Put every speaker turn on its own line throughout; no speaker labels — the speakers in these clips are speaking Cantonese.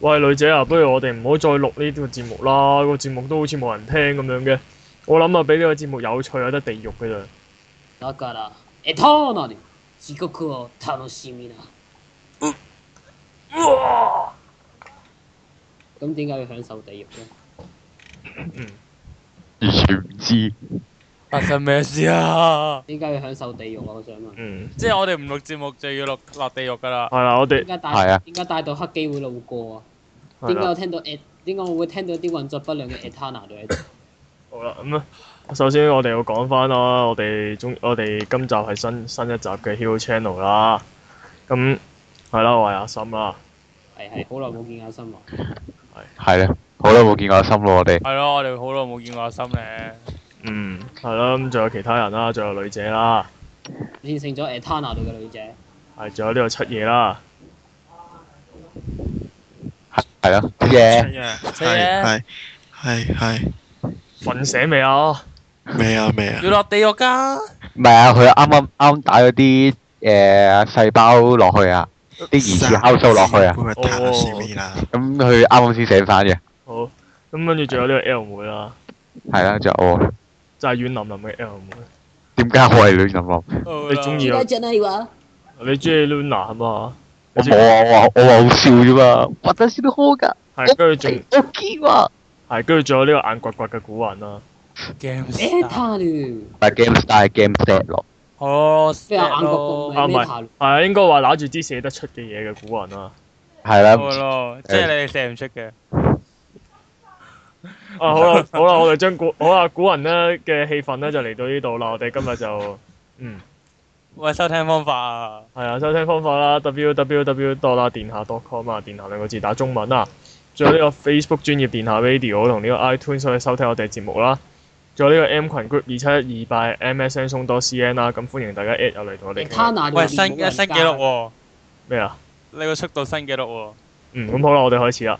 喂女仔啊，不如我哋唔好再錄呢個節目啦，個節目都好似冇人聽咁樣嘅。我諗啊，比呢個節目有趣啊有得地獄嘅咋。
だから、エターナル、地獄を楽しみな。
哇！
咁點解要享受地獄咧？
嗯，
完全唔知。
發生咩事啊？
點解要享受地獄啊？我想問。
嗯，
即係我哋唔錄節目就要落落地獄噶啦。
係啦，我哋
點解
係
帶
啊
點解帶到黑機會路過啊？
係
點解
啦
我聽到誒？點解我會聽到啲運作不良嘅 Etana 喺度？
好啦，咁啊，首先我哋要講翻啦，我哋中我哋今集係新新一集嘅 Hero Channel 啦。咁係啦，我係阿心啦。
係係，好耐冇見阿森華。
係啦，好耐冇見過阿心咯，我哋。
係咯，我哋好耐冇見過阿心咧。
嗯，係啦，咁仲有其他人啦，仲有女仔啦，
變成咗 Etana 度嘅女仔，
係仲有呢個七夜啦。
係啦，嘅。
死嘢！
係係係
瞓醒未啊？
係未啊未啊
要落地獄噶。
唔係啊，佢啱啱啱打咗啲誒細胞落去啊，啲疑似酵素落去啊，
會唔會太屎面啦
咁佢啱啱先醒翻嘅。
好，咁跟住仲有呢個 L 妹啦，
係啦，就我
就係軟腍腍嘅 L 妹。
點解我係亂咁諗？
你
你中意
點
啊
解真係話？
你中意 Luna 係嘛？
我冇啊，我話我話好笑啫嘛。我真係都好㗎，
係跟住仲
我見喎。
係跟住仲有呢個眼掘掘嘅古啊雲啦。
game star？
Etana，
但 game star game set 咯，
好
即係眼角度
set 咯，
啊唔係
咩塔？
係啊，應該話揦住啲寫得出嘅嘢嘅古啊雲啦。
係啦，
好咯，即係你哋射唔出嘅。
啊好 啦好啦，我哋將古好啦古人咧嘅氣氛咧就嚟到呢度啦，我哋今日就嗯
喂，收聽方法啊，
係啊收聽方法啦，www 多啦電下 .com 啊，電下兩個字打中文啊，仲有呢個 Facebook 專業電下 Radio 同呢個 iTunes 可以收聽我哋節目啦，仲有呢個 M 群 group 二七一二八 MSN 松多 CN 啦，咁歡迎大家 at 入嚟同我哋傾
Etana
喂，新一新紀錄喎，
咩啊？
你個速度新紀錄喎。
嗯，咁好啦，我哋開始啦。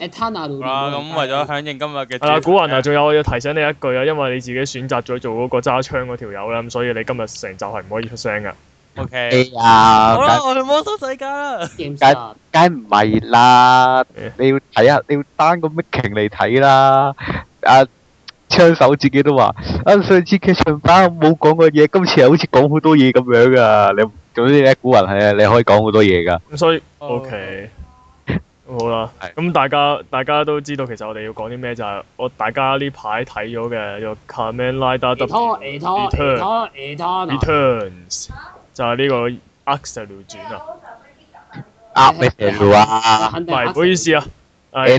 Etana 度
好啦，咁為咗響應今日嘅主
係啦，古人啊，
題
仲有我要提醒你一句啊，因為你自己選擇咗做嗰個揸槍嗰條友啦，咁所以你今日成集係唔可以出聲嘅。
，O K，
你啊，
好
梗
啦，我哋摸索世界啦。
game
解
star，
梗唔係啦
嗯，
你要睇下，你要單個 making 嚟睇啦。啊，槍手自己都話：啊，上次劇場版我冇講過嘢，今次又好似講好多嘢咁樣噶。你總之咧，古人係啊，你可以講好多嘢噶。
咁所以
哦
OK，好啦，
係
咁大家大家都知道其實我哋要講啲咩就係、我大家呢排睇咗嘅就 Kamen Rider W Return-
Etana，Etana，Etana，
Returns 就係呢個 Axel 轉啊，
哦
啊，咩事啊？
唔係唔好意思啊，
誒，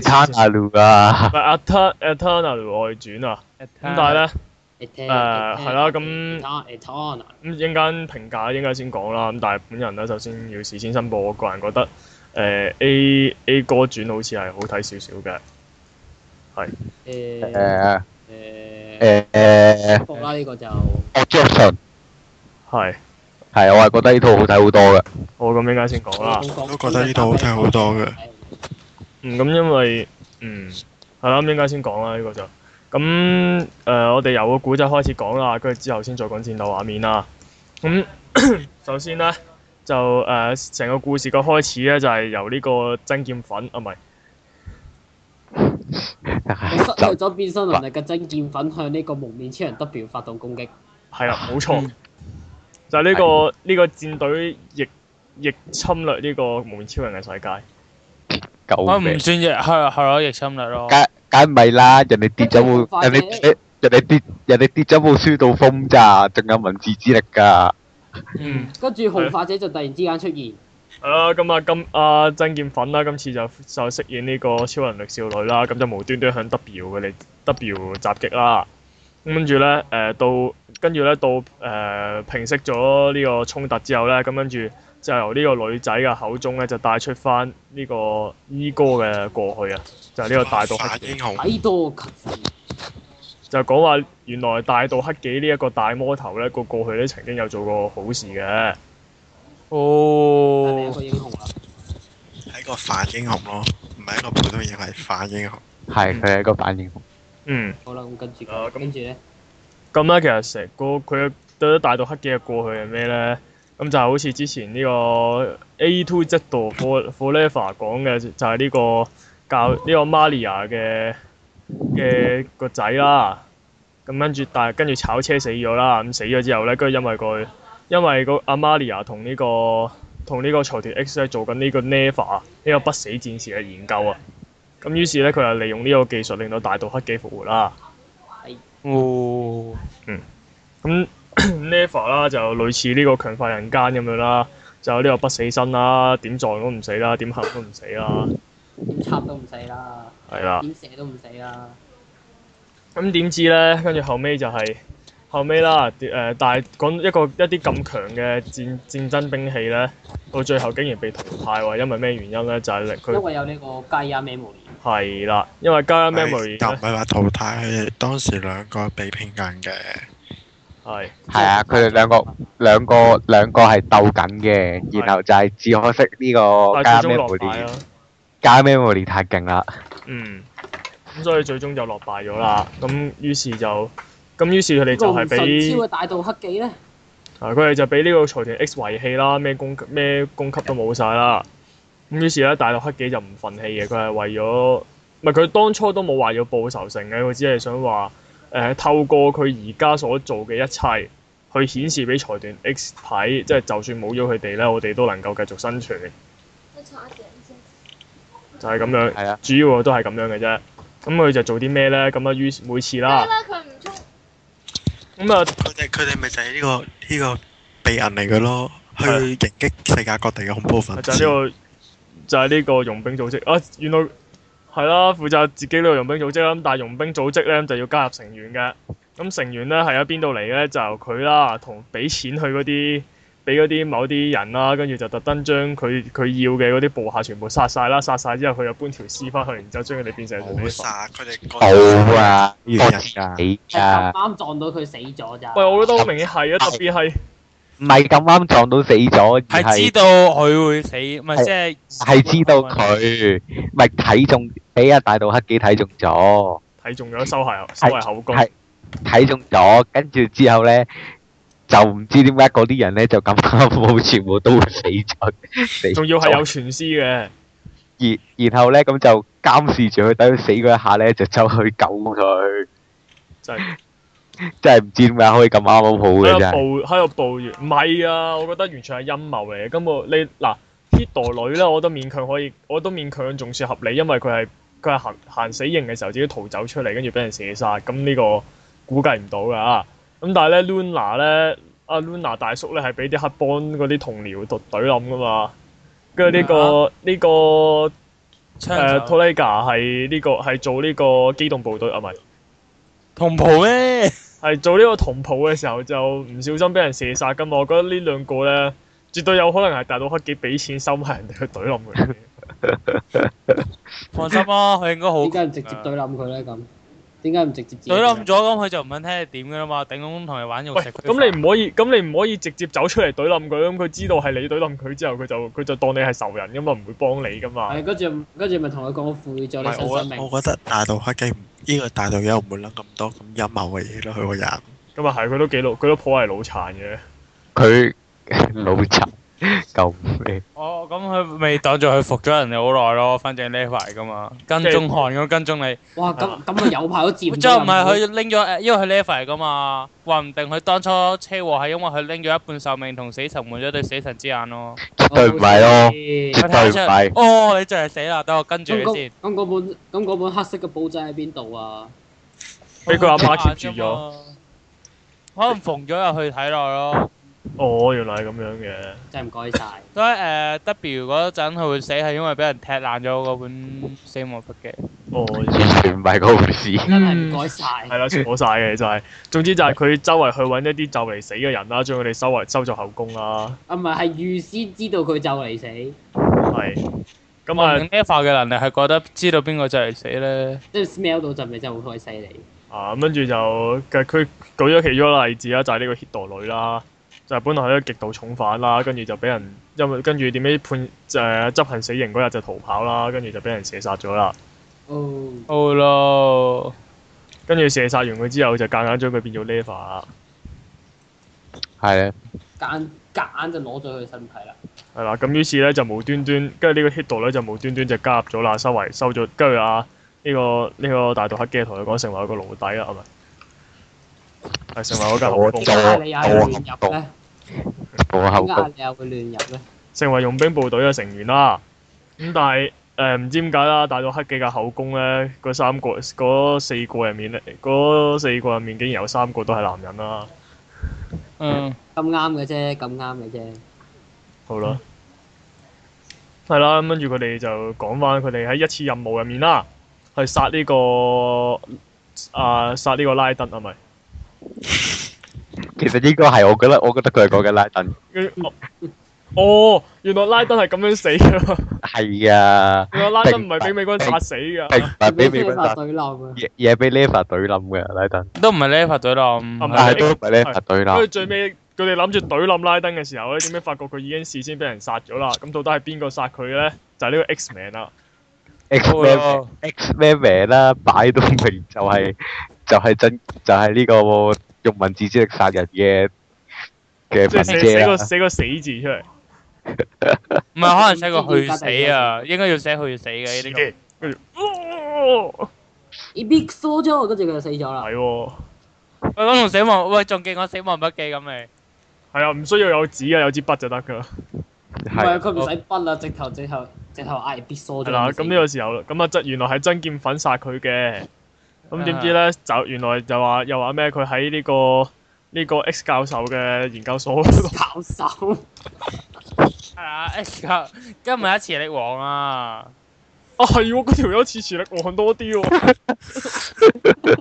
誒
攤下路啊
唔！係 Etern Eternal 外傳啊，
咁
咁但係咧。誒
誒
係啦咁
Etana，
咁一陣間評價應該先講啦，咁但係本人咧，首先要事先申報，我個人覺得誒、呃 A A 歌轉好似係好睇少少嘅，
誒
誒
誒，
誒誒
服啦呢個就
Objection
係，
係，我係覺得呢套好睇好多嘅。
好咁一陣間先講啦。
我都覺得呢度好睇好多嘅。
嗯，咁因為嗯係啦，咁應該先講啦呢個就。咁誒、呃我哋由個古仔開始講啦，跟住之後先再講戰鬥畫面啦。咁首先呢，就誒成、個故事嘅開始咧，就係、由呢個曾劍粉啊，唔係
我失去
就
咗變身能力嘅真劍粉向呢個蒙面超人 W 發動攻擊，
係啦，冇錯，就係呢、個呢個戰隊亦亦侵略呢個蒙面超人嘅世界。
我
救
唔
命！
算逆，係係咯，逆侵略咯。
梗梗唔係啦，人哋跌咗部，人哋跌人哋跌人哋跌咗部書到風咋，仲有文字之力噶。
嗯，
跟住紅髮者就突然之間出現，
係啦，咁啊今啊曾劍粉啦，今次就就飾演呢個超能力少女啦，咁就無端端向 W 佢哋 W 襲擊啦。咁跟住咧，誒、到跟住咧到誒、平息咗呢個衝突之後咧，咁跟住就由呢個女仔嘅口中咧就帶出翻呢個伊哥嘅過去啊，就係、呢個大道
反
黑
英雄
睇多及時，
就講話原來大道黑己呢一個大魔頭咧，個過去咧曾經有做過好事嘅，
係咪一
哦
個，英雄啦？
係一個反英雄咯，唔係一個普通英雄，係反英雄。
係佢係一個反應。
嗯，
好啦，咁跟住
啊咁
跟住咧，
咁咧其實成個佢嘅對大道黑己嘅過去係咩咧？咁就好似之前呢個 A Two Z d o for Forever 講嘅就係呢個教呢個 Maria 嘅嘅個仔啦。咁跟住但係跟住炒車死咗啦，咁死咗之後咧，跟住因為佢因為個阿 Maria 同呢個同呢個財團 X 咧做緊呢個 Neva 呢個不死戰士嘅研究啊。咁於是咧，佢就利用呢個技術令到大道黑基復活啦。
哦，
咁 Neva 啦就類似呢個強化人間咁樣啦，就有呢個不死身啦，點撞都唔死啦，點行都唔死啦，
點插都唔使啦，
係啦。
點射都唔使啦。
咁點知咧，跟住後尾就係、後尾啦，誒、但係講一個一啲咁強嘅戰戰爭兵器咧，到最後竟然被淘汰喎，因為咩原因咧？就係、
因
佢
為有呢個啊加爾 memory，
係啦，因為加 memory
但唔
咧
係話淘汰，係當時兩個被拼緊嘅，
係
係啊，佢哋兩個兩個兩個係鬥緊嘅，然後就係只可惜呢個
但係
加
最終落
memory
敗啦。
加 memory 太勁啦，
嗯，咁所以最終就落敗咗啦。咁於是就，咁於是佢哋就
龍
係
神超
俾
嘅大道黑記咧，
啊，佢哋就俾呢個財團 X 遺棄啦，咩供咩供給都冇晒啦。咁於是咧，大陸黑記就唔憤氣嘅，佢係為咗，唔係佢當初都冇話要報仇成嘅，佢只係想話誒、透過佢而家所做嘅一切，去顯示俾財團 X 睇，即係就算冇咗佢哋咧，我哋都能夠繼續生存，
再坐一陣先。
就係、咁樣。
係啊，
主要都係咁樣嘅啫。咁佢就做啲咩咧？咁啊，於每次啦，
啦，佢唔衝，
咁啊
佢哋佢哋咪就係呢個呢個避人嚟嘅咯，去迎擊世界各地嘅恐怖分
就
子。
係呢、個就係呢個傭兵組織啊，原來係啦，負責自己呢個傭兵組織啦。咁但係傭兵組織咧就要加入成員嘅。咁成員咧係喺邊度嚟咧？就由佢啦，同俾錢去嗰啲俾嗰啲某啲人啦，跟住就特登將佢佢要嘅嗰啲部下全部殺晒啦，殺晒之後佢又搬條屍翻去，然之後將佢哋變成
冇殺佢哋個
冇啊，
呢
我
個
自
人
己
係
啊
咁。啱撞到佢死咗咋。
喂，我覺得好明顯係啊，特別係
唔係咁啱撞到死咗，而
係知
係
道佢會死，唔係即係
係知道。佢，唔係睇中俾阿大道黑基睇中咗，
睇中咗收鞋收鞋口供，
係睇中咗，跟住之後咧就唔知點解嗰啲人咧就咁啱冇全部都會死咗，死咗
仲要係有全屍嘅。
然然後咧咁就監視住佢，等佢死嗰一下咧就走去救佢，
真係
真係唔知點解可以咁啱好好嘅
喺
真
度
係，
報喺度報完，唔係啊！我覺得完全係陰謀嚟嘅。根本你嗱 h i t o 女咧，我都勉強可以，我都勉強仲算合理，因為佢係佢係行行死刑嘅時候自己逃走出嚟，跟住俾人射殺，咁呢個估計唔到㗎。啊咁但係咧 Luna 咧，阿 Luna 大叔咧係俾啲黑幫嗰啲同僚隊隊冧㗎嘛。跟住呢個呢、個誒
槍手
Toliga 係呢個係做呢個機動部隊啊，唔係。
同袍咧，
係做呢個同袍嘅時候就唔小心俾人射殺㗎嘛，我覺得呢兩個咧絕對有可能係大到黑幾俾錢收埋人哋去懟冧佢哋。
放心啦，佢應該好。
點解唔直接對冧佢咧？咁點解唔直接自己
懟
對
冧咗，咁佢就唔肯聽你點噶啦嘛，頂籠同你玩肉
喂，
食區
咁你唔可以，咁你唔可以直接走出嚟懟冧佢，咁佢知道係你懟冧佢之後，佢就佢就當你係仇人㗎嘛，唔會幫你㗎嘛。
係跟住跟住咪同佢講我賦予咗
唔
你
係
新生命
我，我覺得大道黑雞唔呢個大道友唔會諗咁多咁陰謀嘅嘢咯，佢個人。
咁啊係，佢都幾老，佢都頗係腦殘嘅。
佢老賊救命。
哦，咁佢咪當做佢服咗人哋好耐咯，反正呢排噶嘛，跟蹤漢咁跟蹤你，
哇咁咁咪有排都接唔
再
到
唔係佢拎咗，因為佢呢排噶嘛，話唔定佢當初車禍係因為佢拎咗一半壽命同死神換咗對死神之眼咯。
絕對唔係咯，
咯
絕對唔係
哦，你就係死啦，等我跟住
咁
你
嗰
先。
咁嗰本咁嗰本黑色嘅簿仔喺邊度啊？
俾佢阿媽 keep 住咗。
可能縫咗入去體內咯，
哦，原來係咁樣嘅。
真係唔該晒。
所以誒 W 嗰陣佢會死係因為俾人踢爛咗嗰本死亡筆記。
哦，
完全唔係嗰回事。
真係唔該晒。
係啦，錯晒嘅就係、總之就係佢周圍去揾一啲就嚟死嘅人啦，將佢哋收為收做後宮啦，
啊，唔係係預先知道佢就嚟死，
係。咁啊。
呢一塊嘅能力係覺得知道邊個就嚟死咧。
即係 smell 到陣味真係好鬼犀利。
啊，咁跟住就佢佢舉咗其中一個例子啦，就係、呢個 h i t 女啦，就係、本來係一個極度重犯啦，跟住就俾人因為跟住點樣判誒、執行死刑嗰日就逃跑啦，跟住就俾人射殺咗啦，
哦，
好咯，
跟住射殺完佢之後就夾硬將佢變做 Leva，
係啊，
間夾硬就攞咗佢身體啦。
係啦，咁於是咧就無端端，跟住呢個 Hito 咧就無端端就加入咗啦，收為收咗，跟住啊呢個呢個大道黑嘅同佢講成為一個奴隸啊啦，係咪？係成為嗰間
我
紅
點
就
兵，
解你又會亂入咧？
我後
點解
宮
你又會亂入咧？
成為傭兵部隊嘅成員啦。咁但係誒唔知點解啦，大道黑嘅嘅後宮咧，嗰三個嗰四個入面咧，嗰四個入面竟然有三個都係男人啦。
嗯，
咁啱嘅啫，咁啱嘅啫。
好啦，係啦，咁跟住佢哋就講翻佢哋喺一次任務入面啦，去殺呢、個啊殺呢個拉登係咪？
其實應該係，我覺得我覺得佢係講緊拉登，
跟住哦，哦原來拉登係咁樣死㗎，
係啊，
原來拉登唔係俾美軍殺死
並
㗎，
唔係俾美
你
軍
發
殺，
水冧啊！
而而係俾 Leva 隊冧嘅拉登，
都唔係 level 隊咯，
啊唔係
嗯
但係都唔係 Leva
跟
隊
住
冧，
最尾佢哋諗住懟冧拉登嘅時候咧，點解發覺佢已經事先俾人殺咗啦？咁到底係邊個殺佢咧？就係、呢個 X Man 啊啦，
X
好咯
Man X Man 啦，擺到明就係就係真就係呢個用文字之力殺人嘅嘅
即係
文
寫
姐
寫
啦
個，寫個死字出嚟，
唔係可能寫個去 死啊，應該要寫去死嘅呢啲。
跟住哦
你 big 咗咗，跟住佢就死咗啦。
係喎。
喂，咁同死亡，喂，仲勁過死亡筆記咁咪？
係啊，唔需要有紙啊，有支筆就得㗎啦。
唔係
係
佢唔使筆啦，直頭直頭直頭嗌 big 咗咗。
係啦，咁呢個時候啦，咁啊，即原來係曾劍粉殺佢嘅。咁點知咧就原來就話又話咩？佢喺呢個呢、個 X 教授嘅研究所嗰度
搞手。
係啊，X 教今日一磁力王 啊，
啊，係喎，嗰條友似磁力王多啲喎。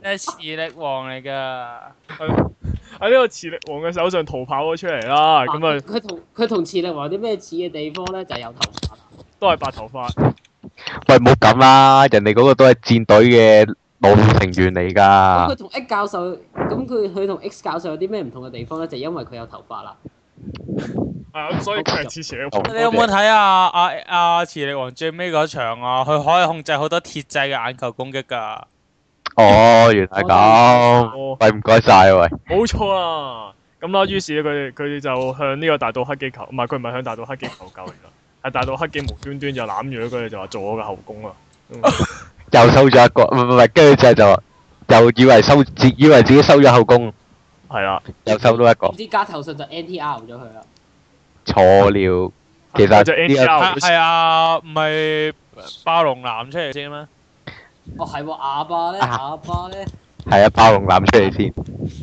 真係磁力王嚟㗎。
喺呢個磁力王嘅手上逃跑咗出嚟啦，咁啊
佢同佢同磁力王有啲咩似嘅地方咧，就係有頭髮。
都係白頭髮。
喂唔好咁啦，人哋嗰個都係戰隊嘅老成員嚟㗎
咁佢。同 X 教授，咁佢佢同 X 教授有啲咩唔同嘅地方咧？就係因為佢有頭髮啦。
係啊，所以佢係似磁力王。
你有冇睇啊？阿阿磁力王最尾嗰場啊，佢可以控制好多鐵製嘅眼球攻擊㗎。
哦，原來咁，
哦，
喂，唔該晒喂，
冇錯啊。咁啦，於是佢哋佢哋就向呢個大道黑機求，唔係佢唔係向大道黑機求救嚟啦，係大道黑機無端端就攬住咗佢哋，就話做我嘅後宮啊。
又收咗一個，唔唔唔，跟住之後就話又以為收自以為自己收咗後宮，
係啊啦。
又收到一個
唔，知加頭上就 NTR 咗佢啦。
錯了，其實
就
呢個
NTR
係係啊，唔係暴龍男出嚟先咩？
哦，係喎，啞巴咧，
啊
啞巴咧，
係啊，包龍攬出嚟先，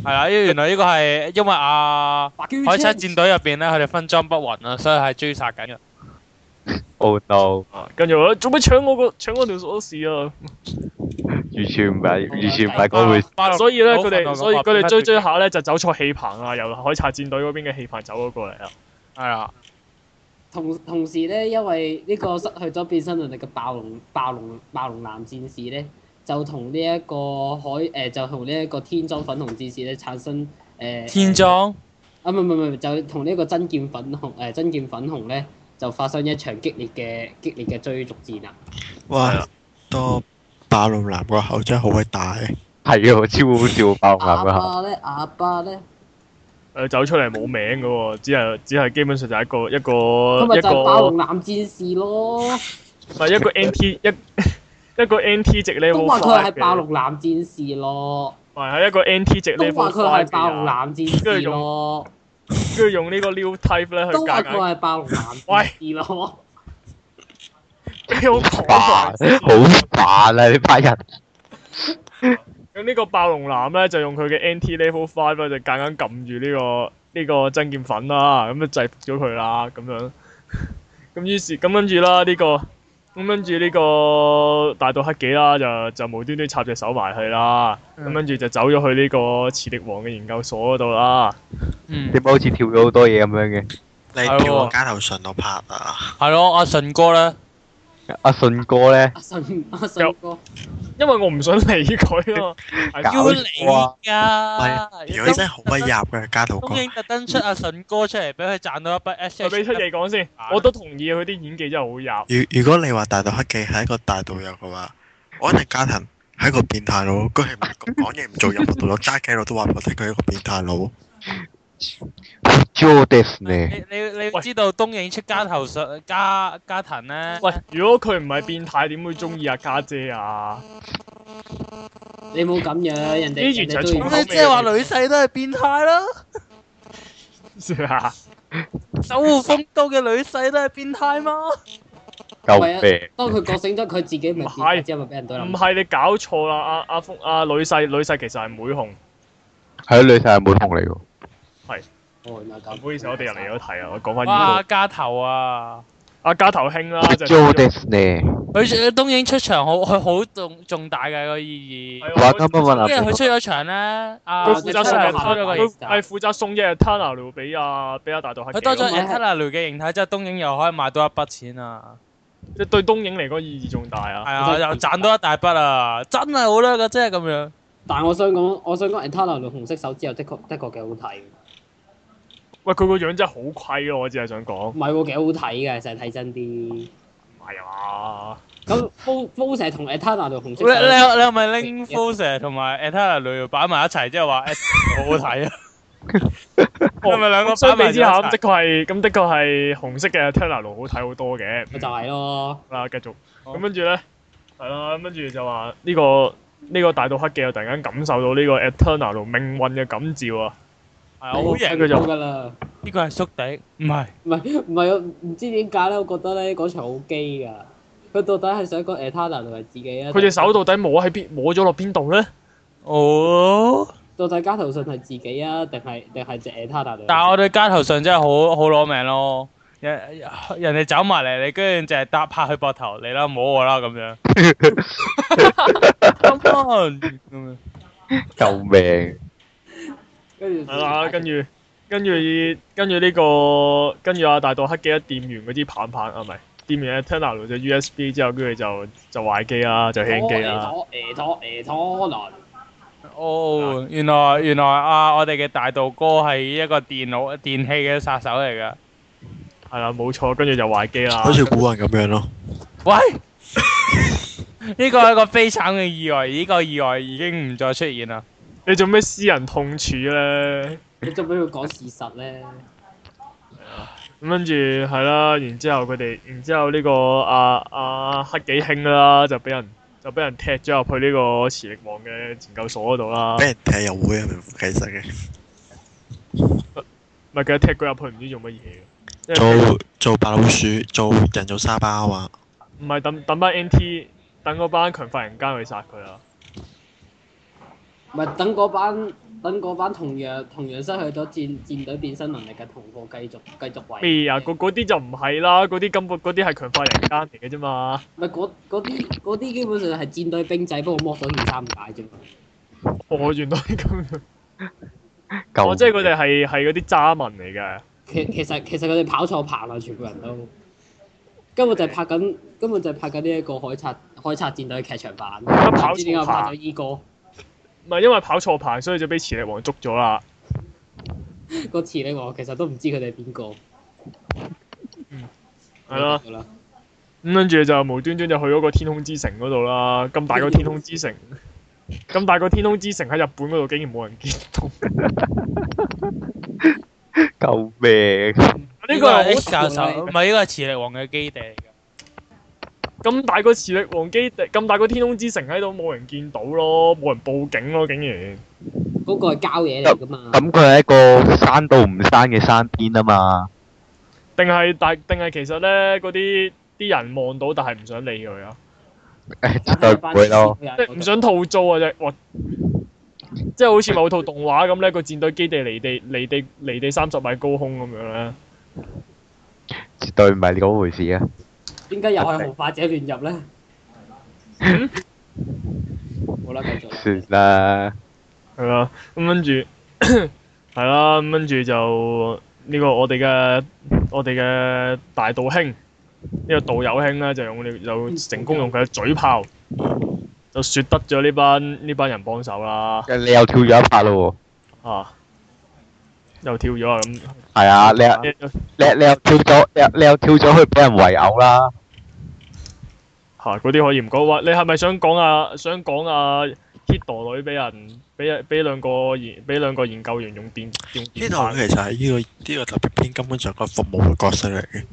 係啦，因為原來呢個係因為啊
海
海賊戰隊入邊咧，佢哋分裝不勻啊，所以係追殺緊嘅。
oh no，
啊跟住我做乜搶我個搶我條鎖匙啊！
完全唔係，完全唔係嗰回事，
巴洛
所以咧，
好
佢哋
憤怒咁
所以
話
佢哋追追
係
下咧，就走錯氣棚啊，由海賊戰隊嗰邊嘅氣棚走咗過嚟啦。
啊，
同同時咧，因為呢個失去咗變身能力嘅暴龍暴龍暴龍男戰士咧，就同呢一個海誒、呃就同呢一個天裝粉紅戰士咧產生誒、呃
天裝
啊唔係唔係唔係，就同呢一個真劍粉紅誒、呃真劍粉紅咧就發生一場激烈嘅激烈嘅追逐戰啊啦。
係
哇
啦！
多霸龍男個口真係好鬼大，
係啊，超好笑包
啞
龍攬啊，
巴咧，啞巴咧，
誒走出嚟冇名嘅喎，只係只係基本上就係一個一
佢
個
咪
呃一
啊就係暴
個
龍男戰士咯。
唔係一個 NT 一一 個 NT 值
都
level
話佢係
five
暴
嘅，
龍男戰士咯，
唔係係一個 NT 值
都
level
話佢
five
係
嘅
暴龍
人，啊
男戰士咯，
跟住用呢個 new type 咧去
都
夾
話佢
硬
係暴龍男戰士咯。
俾我講
哇，好
埋先
煩啊呢班人，
咁呢個暴龍男咧就用佢嘅 NT level five 咧就夾硬撳住呢個呢、個真劍粉啦，咁就制服咗佢啦，咁樣。 咁於是咁跟住啦，呢、個咁跟住呢個大道黑幾啦，就就無端端插隻手埋去啦，
嗯
咁跟住就走咗去呢個磁力王嘅研究所嗰度啦。
嗯
點解好似跳咗好多嘢咁樣
你
係喎
跳我街頭上度拍啊！
係咯，阿順哥咧，
嘅？阿信哥咧，
阿信阿信哥，
因為我唔想理佢啊嘛，
搞
係
要
要
你
哇
㗎。
如果真係好鬼入嘅街頭哥
東，影特登出阿順哥出嚟，俾佢賺到一啊筆 S
啊我俾出嘢講先，我都同意佢啲演技真係好入。
如如果你話大道黑記係一個大導遊嘅話，我一定加藤係一個變態佬，佢係唔講嘢唔做任何動作，揸機佬都話我聽佢係一個變態佬。
Joe ですね。
你你你
喂
知道東影出家頭上家家藤咧？
喂，如果佢唔係變態，點會中意阿家姐啊？
你冇咁樣，人哋
呢完全係
人哋都
重
要
口啊
咁你即係話女婿都係變態啦，
算啦，
嗯守護風都嘅女婿都係變態嗎？
救
係啊
命！
當佢覺醒咗，佢自己咪變
唔係
咗之後咪俾人 懟
唔
冧。
係你搞錯啦，阿阿峰阿女婿女婿其實係妹紅，
係啊，女婿係妹紅嚟喎。
哦，原來咁。
唔好意思，我哋又嚟咗題啊，我講翻
哇！
呢個
家頭啊，
阿家頭兄啦，就
Joe ですね。
佢東影出場好，佢好重重大嘅個意義。
話啱啱問
即係佢
啊，
出咗場咧，啊，
佢
佢
負
出
責
咗
送嘅
係多咗
佢
個形，
係負責送嘢 t a n a 料俾阿俾阿大道黑啊
佢
嘅。
多咗
唔係
Antana 聊嘅形態之後，東影又可以賣多一筆錢啊！
即係對東影嚟講意義重大啊！
係啊，又賺多一大筆啊！真係好叻噶，即係咁樣。
但係我想講，我想講 Antana 紅色手指又的確的確幾好睇。
喂，佢個樣真係好虧咯，我只係想講。
唔係喎，幾好睇嘅，成日睇真啲。
唔係啊
咁 Fo Fo 成日同 Antana 紅
你
色
你你
手指
係咪拎 Foser 同埋 Antana 聊擺埋一齊，即係 話好好睇啊？
嘛，
係咪兩個
相
擺
比
埋
之
之後
啊下，咁的確係咁的確係紅色嘅 t a n a 好睇好多嘅。
咪就係咯。
啦，繼續。
好
咁跟住咧，係啦，咁跟住就話呢、個呢、個大到黑嘅，又突然間感受到呢個 Eternal 同命運嘅感召啊！
係啊，好型！
佢就
㗎啦。
呢個係宿敵，唔係
唔係唔係，唔知點解咧？我覺得咧嗰場好機㗎。佢到底係想講 Etana 定係自己啊？
佢隻手到底摸喺邊，摸咗落邊度咧？
哦。
到底加頭信係自己啊？定係定係隻 Etana？
但係我哋街頭上真係好好攞命咯，人人哋走埋嚟，你跟住就係搭拍佢膊頭，你啦，摸我啦咁 樣。Come on！咁樣
救命！
跟住
係啦，跟住跟住跟住呢、個跟住阿大到黑嘅一掂完嗰支棒棒啊，唔係掂完 Eternal 隻 USB 之後，跟住就就壞機啦，就輕機啊啦。
拖誒拖誒拖輪，
哦，原來原來啊，我哋嘅大道哥係一個電腦電器嘅殺手嚟㗎。
係啦，冇錯，跟住就壞機啦
好。似古人咁樣咯。
喂， 呢個係一個悲慘嘅意外，呢、個意外已經唔再出現啦。
你做咩私人痛處咧？
你做俾佢講事實咧？
咁跟住係啦，然之後佢哋，然之後呢、個阿阿、黑幾兄啦，就俾人就俾人踢咗入去呢個磁力王嘅研究所嗰度啦。
俾人踢又會啊，明唔明其實嘅
唔係佢踢佢入去唔知做乜嘢嘅，即
哦
係
做做白老鼠，做人造沙包啊，
唔係等等班 NT 等嗰班強化人間去殺佢啊啦。
咪等嗰班等嗰班同樣同樣失去咗戰戰隊變身能力嘅同伙繼續繼續維
咩啊？嗰嗰啲就唔係啦，嗰啲根本嗰啲係強化人間嚟嘅啫嘛。
咪嗰嗰啲嗰啲基本上係戰隊兵仔，不過剝咗件衫解啫嘛。
哦，原來咁樣，
救
哦，即係佢
命
哋係係嗰啲渣文嚟嘅。
其其實其實佢哋跑錯棚啦，全部人都根本就係拍緊，根本就係拍緊呢一個海賊海賊戰隊劇場版。
跑錯棚
唔知點解拍咗依個
唔係因為跑錯棚，所以就俾磁力王捉咗啦。
個詞咧，我其實都唔知佢哋係邊個。
係啦。
好啦，
咁跟住就無端端就去咗個天空之城嗰度啦，咁大個天空之 城，咁大個天空之城喺日本嗰度竟然冇人見到，
救命！
呢個係
X 教
好
授，唔係呢個係磁力王嘅基地嚟㗎。
咁大個磁力王基地，咁大個天空之城喺度冇人見到咯，冇人報警咯，竟然
嗰個係郊野嚟噶嘛？
咁佢係一個山到唔山嘅山邊啊嘛，
定係大定係其實咧嗰啲啲人望到但係唔想理佢啊，
誒絕對唔會咯。
即係唔想套租啊啫，哇！即係好似某套動畫咁咧，個戰隊基地離地離地離地三十米高空咁樣咧，
絕對唔係嗰回事啊！
點解又係紅髮者亂入咧？好啦，繼續
算
啦。
啦，
係啦，咁跟住 係啦，咁跟住就呢、個我哋嘅我哋嘅大道兄，呢、個道友兄咧就用呢就成功用佢嘅嘴炮，就説得咗呢班呢班人幫手啦，
你又跳咗一拍咯
啊，又跳咗啊咁，
喎。係啊，你又你你又跳咗，你又你又跳咗去俾人圍毆啦。
嚇嗰啲可以唔講話，你係咪想講啊想講啊 Hit 墮女俾人俾俾兩個研俾兩個研究員用電用
呢
電
度
棒啊
其實係呢、個呢、個特別篇根本上個服務嘅角色嚟嘅，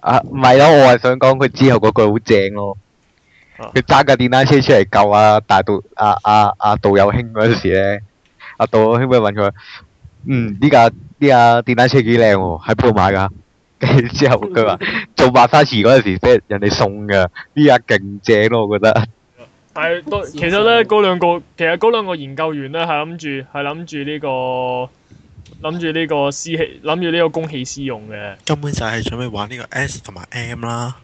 啊，唔係咯，我係想講佢之後嗰句好正咯。
啊
佢揸架電單車出嚟救啊大導啊啊啊導友兄嗰陣時咧，阿、導友兄咪問佢：嗯，呢架呢架電單車幾靚喎，喺邊度買㗎？ 跟住之後佢話做白沙池嗰陣時，即係人哋送㗎，呢架勁正咯，我覺得。
但係 都其實咧，嗰兩個其實嗰兩個研究員咧係諗住係諗住呢個諗住呢個私器諗住呢個公器私用嘅。
根本就係準備玩呢個 S 同埋 M 啦。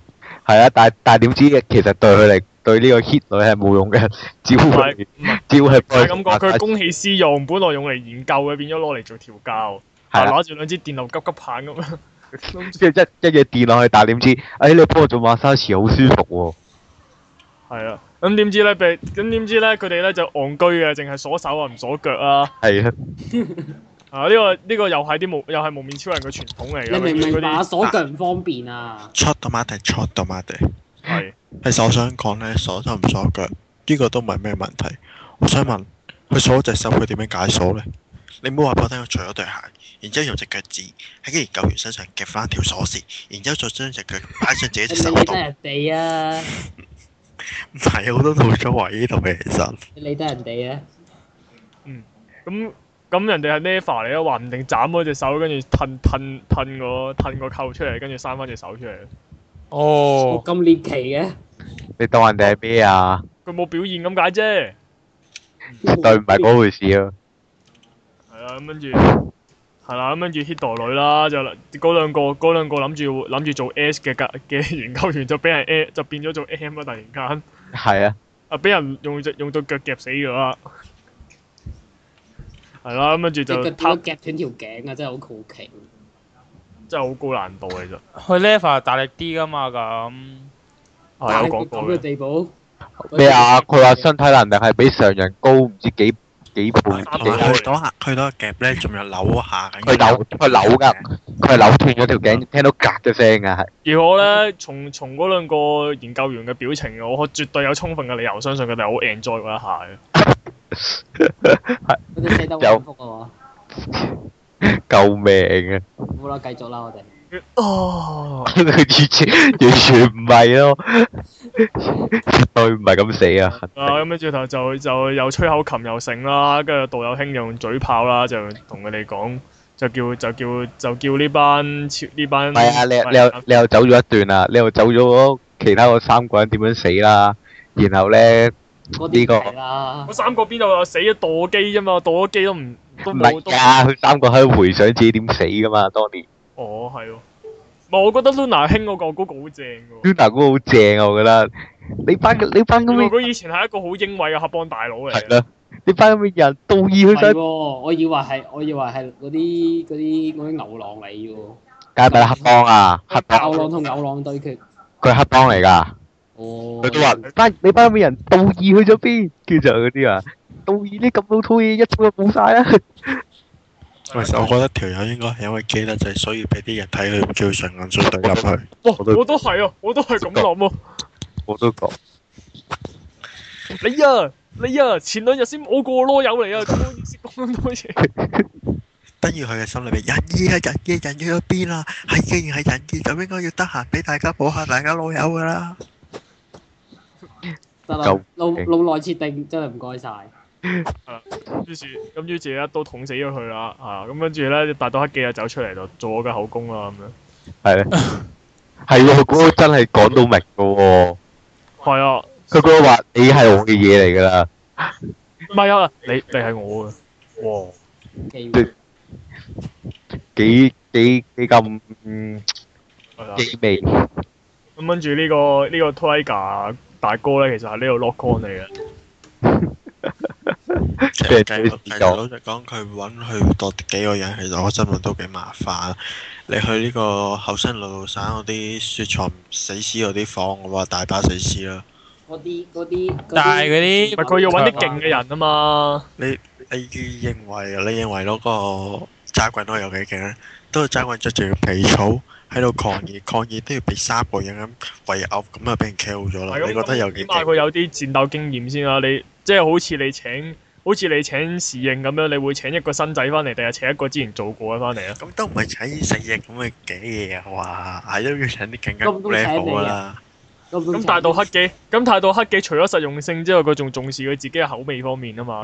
係啊，但但點知其實對佢嚟對呢個 hit 女係冇用嘅，只
唔係
會
唔 係
只會係幫
係
佢
咁
做白
講，佢
沙
公器私用，本來用嚟研究嘅，變咗攞嚟做調教，
係
但
啦
攞住兩支電流急急棒咁樣。
即係一一嘢電落去，但係點知，哎，你幫我做馬沙池好舒服
係啊，咁點知咧被咁點知咧佢哋咧就戇居嘅，淨係鎖手啊唔鎖腳啊。
喎，係啊，
啊！呢、個呢、個又係啲無又係蒙面超人嘅傳統嚟嘅，
你明唔明
佢
白啊？
哋
鎖腳唔方便啊！
出到馬地，出到馬地。
係
其實我想講咧，鎖手唔鎖腳，呢、個都唔係咩問題。我想問，佢鎖隻手，佢點樣解鎖咧？你唔好話俾我聽，佢除咗對鞋，然之後用隻腳趾喺個研究員身上夾翻條鎖匙，然之後再將隻腳擺上自己隻
你
手
咪理
度
得。人哋啊！
唔係好多套所位呢度嘅，其實
你理得人哋啊！
咁咁人哋係 Neva 嚟啊，話唔定斬咗隻手，跟住褪褪褪個褪個扣出嚟，跟住生翻隻手出嚟。
哦
我，咁獵奇嘅，
你當人哋係咩啊？
佢冇表現咁解啫。
絕對唔係嗰回事啊！
係啦，咁跟住係啦，咁跟住 Hit 女啦，就嗰兩個嗰兩個諗住諗住做 S 嘅格嘅 研究員就俾人 A 就變咗做 M 啦，突然間
係啊，
啊俾人用隻用到腳夾死咗啦。係啦，咁跟住
隻腳
就
點
他
樣夾斷條頸啊！真係好好奇。
真係好高難度其實。
佢 level 大力啲噶嘛咁。
係啊有
大力
講
到
過
咁嘅
嘅。
地步。
咩啊？佢話身體能力係比常人高唔知幾幾倍，幾
同埋佢嗰下佢嗰個夾咧，仲有扭下緊。啊
佢扭佢扭㗎，佢係扭斷咗條頸，聽到嘎嘅聲㗎，係
而我咧，從從嗰兩個研究員嘅表情，我絕對有充分嘅理由相信佢哋好 enjoy 嗰一下嘅。
佢哋寫得好幸福啊！
救命啊！
好啦，繼續啦，我哋。
哦，
佢完全完全唔係咯，絕對唔係咁死啊！
啊咁跟住頭就就又吹口琴又成啦，跟住道友兄又用嘴炮啦，就同佢哋講，就叫就叫就叫呢班超呢班
唔係啊，你你又你又走咗一段啦，你又走咗其他嗰三個人點樣死啦，然後咧
嗰
呢
啲
個
係啦
我。三個邊度有死咗墮機啫嘛，墮咗機都唔都
唔
冇
係啊
都
㗎，佢三個喺度回想自己點死噶嘛，當年
哦係喎，唔係我覺得 Luna 兄嗰個嗰個好正㗎喎，
Luna 嗰個好正啊，我覺得你班你班咁
原來
嘅
佢以前係一個好英偉嘅黑幫大佬嚟
係啊
嘅，
啦，你班咁嘅人道義
唔
去
係
身，
喎，我以為係，我以為係嗰啲嗰啲嗰啲牛郎嚟嘅喎，
梗係咪黑幫啊？黑幫
牛郎同牛郎對決。
佢係黑幫嚟㗎，
哦。
佢都話你班你班咁嘅人道義去咗邊，跟住就嗰啲啊，道義呢咁老土嘢一早就冇晒啊啦。
其實我覺得條友應該係因為記得滯，所以俾啲人睇佢叫佢上眼水對入去。
哇！
我都
我都係啊，我都係咁諗喎。
我都覺
你啊，你啊，前兩日先我個囉柚嚟啊，咁先講咁多嘢。
跟住佢嘅心裏邊，忍醫啊，忍醫，忍醫咗邊啦？係既然係忍醫，就應該要得閒俾大家補下大家老友噶啦。
得啦
夠，
腦腦內設定真係唔該晒。
於是咁於是一刀捅死咗佢啦，啊咁跟住咧，大到黑記就走出嚟就做我嘅口供啦咁樣。
係咧，係喎，佢嗰個真係講到明㗎喎。
係啊，
佢嗰個話你係我嘅嘢嚟㗎啦，
唔係啊，你你係我嘅。哇！
機
對
會
幾幾幾咁嗯
係啦。
幾味，
咁跟住呢個呢個 Tiger 大哥咧，其實係呢度 lock on 嚟嘅。
即係繼續繼續老實講，佢揾佢度幾個人，其實我真係都幾麻煩。你去呢個後生路路省嗰啲雪藏死屍嗰啲房嘅話，大把死屍啦。
嗰啲嗰啲。
但係嗰啲
唔係佢要揾啲勁嘅人啊嘛。
你認為你認為嗰個揸棍可以有幾勁咧？都係揸棍着住條皮草，喺度抗議，抗議都要俾三個人咁圍毆，咁啊俾人 kill 咗啦。
係咁
你覺得有
起
幾
碼
勁？
佢有啲戰鬥經驗先啦。你即係好似你請，好似你請侍應咁樣，你會請一個新仔翻嚟，定係請一個之前做過嘅翻嚟啊？
咁都唔係請食嘢咁嘅嘅嘢啊！哇，係都要請啲更加
咁都請你
level 啦。
咁
咁但係到黑記，咁但係到黑記，除咗實用性之外，佢仲重視佢自己嘅口味方面啊嘛。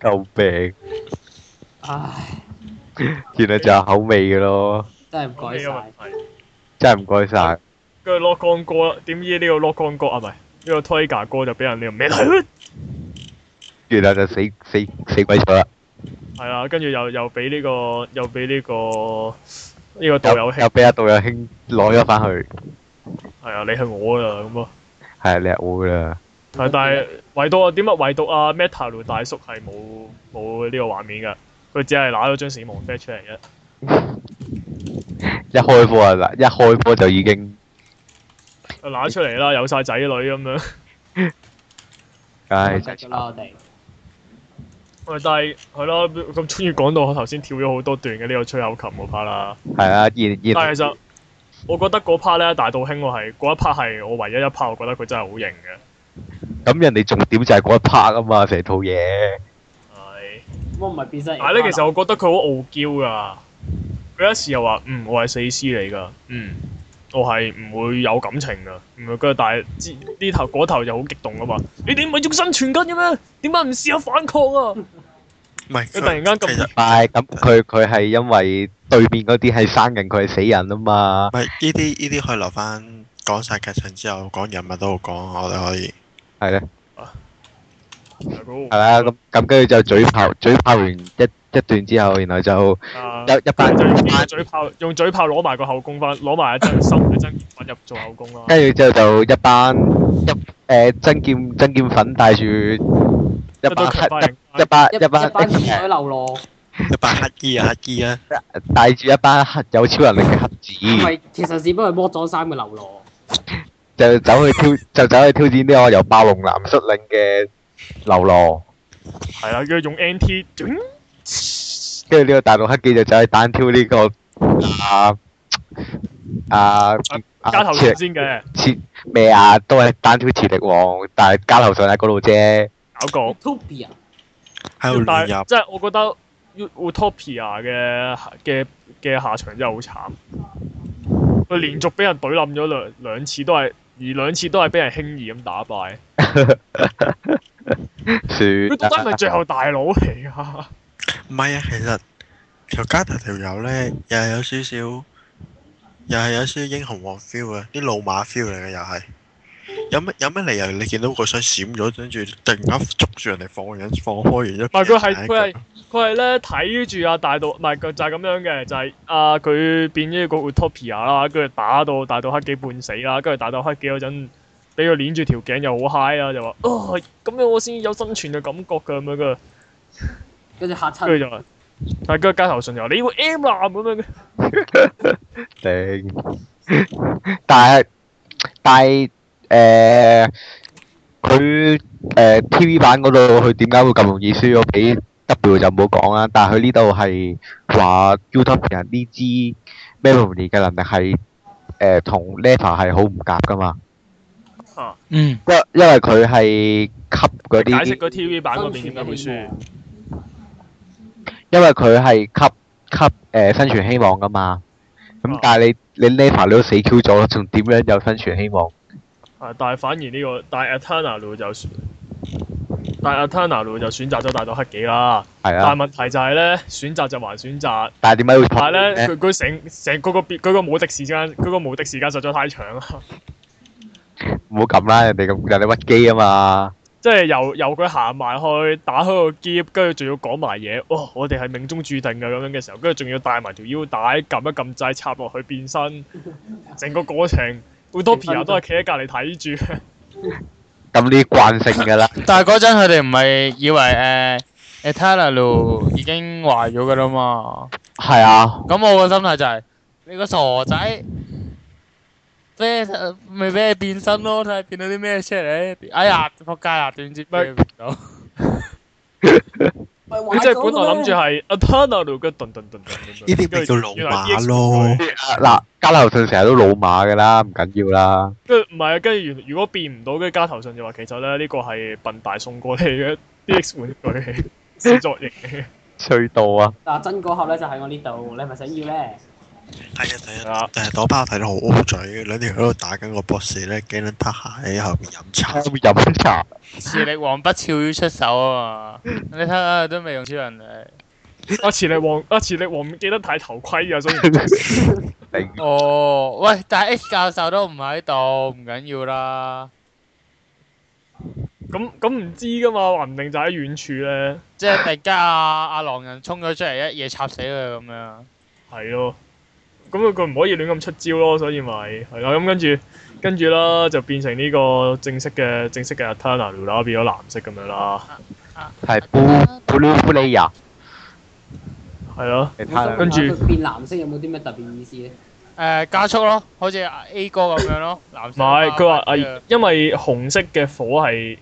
救病，
唉，
原來就係口味嘅咯，
真係唔該晒。
真係唔該晒。
跟住 lock 光哥啦，點知呢個 lock 光哥啊，唔係呢個 Tiger 哥就俾人呢個咩
原來就死死死鬼咗啦，
係啦，跟住又又俾呢個又俾呢個呢個導
又
遊兄
又俾阿導友兄攞咗翻去，
係啊，你係我啦咁啊。
係你係我㗎啦。
係，但係唯獨啊，點解唯獨啊 Meta 路大叔係冇冇呢個畫面㗎？佢只係拿咗張死亡 f 出嚟啫。
一開波啊嗱，一開波就已經，
佢拿出嚟啦，有晒仔女咁樣。
唉，
嗯
繼續啦，我哋
喂，但係係咯，咁終於講到我頭先跳咗好多段嘅呢個吹口琴嗰 part 啦。
係啊，現現
但係其實我覺得嗰 part 咧，大道兄我係嗰一 part 係我唯一一 part，我覺得佢真係好型嘅。
咁人哋重點就係嗰一 part 啊嘛，成套嘢。
係。
我唔係變身。
但係咧，其實我覺得佢好傲嬌㗎。佢一時又話：嗯，我係死屍嚟㗎，嗯，我係唔會有感情㗎。唔係佢，但係之呢頭嗰頭就好激動啊嘛。你哋唔係仲生存緊嘅咩？點解唔試下反抗啊？
唔係，
佢突然間咁
其實
但係咁佢佢係因為對面嗰啲係生人，佢係死人啊嘛
唔，係呢啲呢啲可以留翻講晒劇情之後講人物都好講，我哋可以。
係咧，
係
係啦，咁咁跟住就嘴炮，嘴炮完一一段之後，然後就
啊
一一班
但係就用嘴炮，用嘴炮攞埋個後宮翻，攞埋阿曾心嘅曾建品入做後宮啦。
跟住之後就一班一誒真劍真劍粉帶住一
一
班
堆強啊
黑
巴
一
人
一班
一
一班
班熱水流落，唔
一班乞衣啊，乞衣啊，
帶住一班黑有超能力嘅黑子，
係其實只不過係剝咗衫嘅流落。
就走去挑就走去挑戰呢個由霸龍男率領嘅流浪。
係啦，跟住用 NT，嗯
跟住呢個大陸黑記就走去單挑呢、個啊啊
加頭先
磁力
先嘅
磁咩啊，都係單挑磁力王，但係加頭上喺嗰度啫。
搞過。
Utopia
喺度
但
亂入
係。即係我覺得 U- Utopia 嘅嘅嘅下場真係好慘，佢連續俾人懟冧咗兩兩次都係，而兩次都係俾人輕易咁打敗。佢到底係咪最
算
後大佬嚟啊㗎？
唔係啊，其實條加特條友咧，又係有少少，又係有少少英雄王 feel 嘅，啲老馬 feel 嚟嘅又係。有乜有乜理由你見到個想閃咗，跟住突然間捉住人哋放人放開完咗？唔
係佢係佢係佢係咧睇住阿大道，唔係佢就係咁樣嘅，就係啊佢變咗個 Utopia 啦，跟住打到大道黑幾半死啦，跟住大道黑幾嗰陣俾佢攣住條頸又好 high 啦，就話啊咁樣我先有生存嘅感覺㗎咁樣嘅。
跟住嚇
跟
親，
住就話，但係跟住街頭信就話你個 M 男咁樣，
頂，但係但係誒佢誒 TV 版嗰度佢點解會咁容易輸咗俾 W 就唔好講啦，但係佢呢度係話 Utopia 呢支 Melody 嘅能力係誒同 Leva 係好唔夾噶嘛，
啊
嗯，
因因為佢係吸嗰
解釋
啲，
個 TV 版嗰邊點解會輸，
因為佢係吸吸誒生存希望噶嘛，咁
啊
但係你你 Leva 你都死 Q 咗，仲點樣有生存希望？
啊！但係反而呢、個，但係 Atana 路就選，但係 Atana 路就選擇咗大到黑幾啦。
係
但係
啊，
問題就係咧，選擇就還選擇，
但係點解會錯
但係咧
呢
佢佢成成嗰個別佢個無敵時間，佢個無敵時間實在太長啦。
唔好咁啦，人哋咁人哋屈機啊嘛，
即係由由佢行埋去打開個篋，跟住仲要講埋嘢，哇！我哋係命中注定嘅咁樣嘅時候，跟住仲要帶埋條腰帶，撳一撳掣插落去變身，成個過程 Utopia 都係企喺隔離睇住。
咁呢啲慣性㗎啦，
但係嗰陣佢哋唔係以為誒 e t a l a l 已經壞咗噶啦嘛，
係啊，
咁我個心態就係、你個傻仔，咩咪俾你變身咯，睇下變到啲咩出嚟。哎呀，仆街啦，點知俾你變到？
佢即係本來諗住係 a t e r n a l 嘅頓頓頓頓咁樣
呢啲咪叫老馬
啊
咯。
嗱，加流信成日都老馬噶啦，唔緊要啦。
跟住唔係啊，跟住原如果變唔到，跟住加頭上就話其實咧呢個係笨大送過嚟嘅 DX 玩 具試作型嘅
隧道啊，
嗱，真嗰盒咧就喺我呢度，你係咪想要咧？
睇啊睇啊，但係嗰班睇到好 O 嘴，兩條喺度打緊個博士咧，幾撚得閒喺後面飲茶。
飲茶。
磁力王不俏於出手 啊嘛！你睇下都未用超人嚟。
啊，磁力王啊，磁力王唔記得戴頭盔啊，所以唔知
頂
哦，喂，但係 H 教授都唔喺度，唔緊要啦。
咁咁唔知噶嘛，話唔定就喺遠處咧，
即係突然間阿阿狼人衝咗出嚟，一嘢插死佢咁樣。
係咯。咁佢佢唔可以亂咁出招咯，所以咪係啦。咁跟住跟住啦，就變成呢個正式嘅正式嘅 a t e r n a l 啦，變咗藍色咁樣啦，
係 blue blue player。
係咯。
你睇
跟
下
住
佢變藍色有冇啲咩特別意思咧？
誒加速咯，好似 A 哥咁樣 咯，藍
唔
色。
係，佢話
白色
啊，因為紅色嘅火係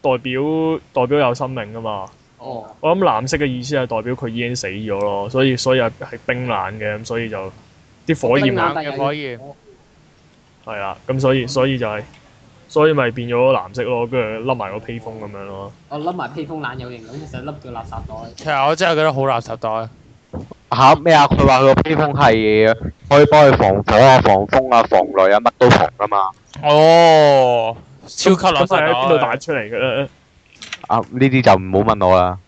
代表代表有生命噶嘛。
哦，
我諗藍色嘅意思係代表佢已經死咗咯，所以所以係係冰冷嘅，咁所以就啲火焰
冰冷
冷嘅火焰
係啦，咁所以所以就係、所以咪變咗藍色咯，跟住笠埋個披風咁樣咯。
我笠埋披風冷有型咁，其實笠個垃圾袋。
其實我真係覺得好垃圾袋。
嚇咩啊？佢話佢個披風係可以幫佢防火啊、防風啊、防雷啊，乜都防噶嘛。
哦，超級垃
咁
圾袋。
係喺邊度打出嚟嘅咧？
啊，呢啲就唔好問我啦。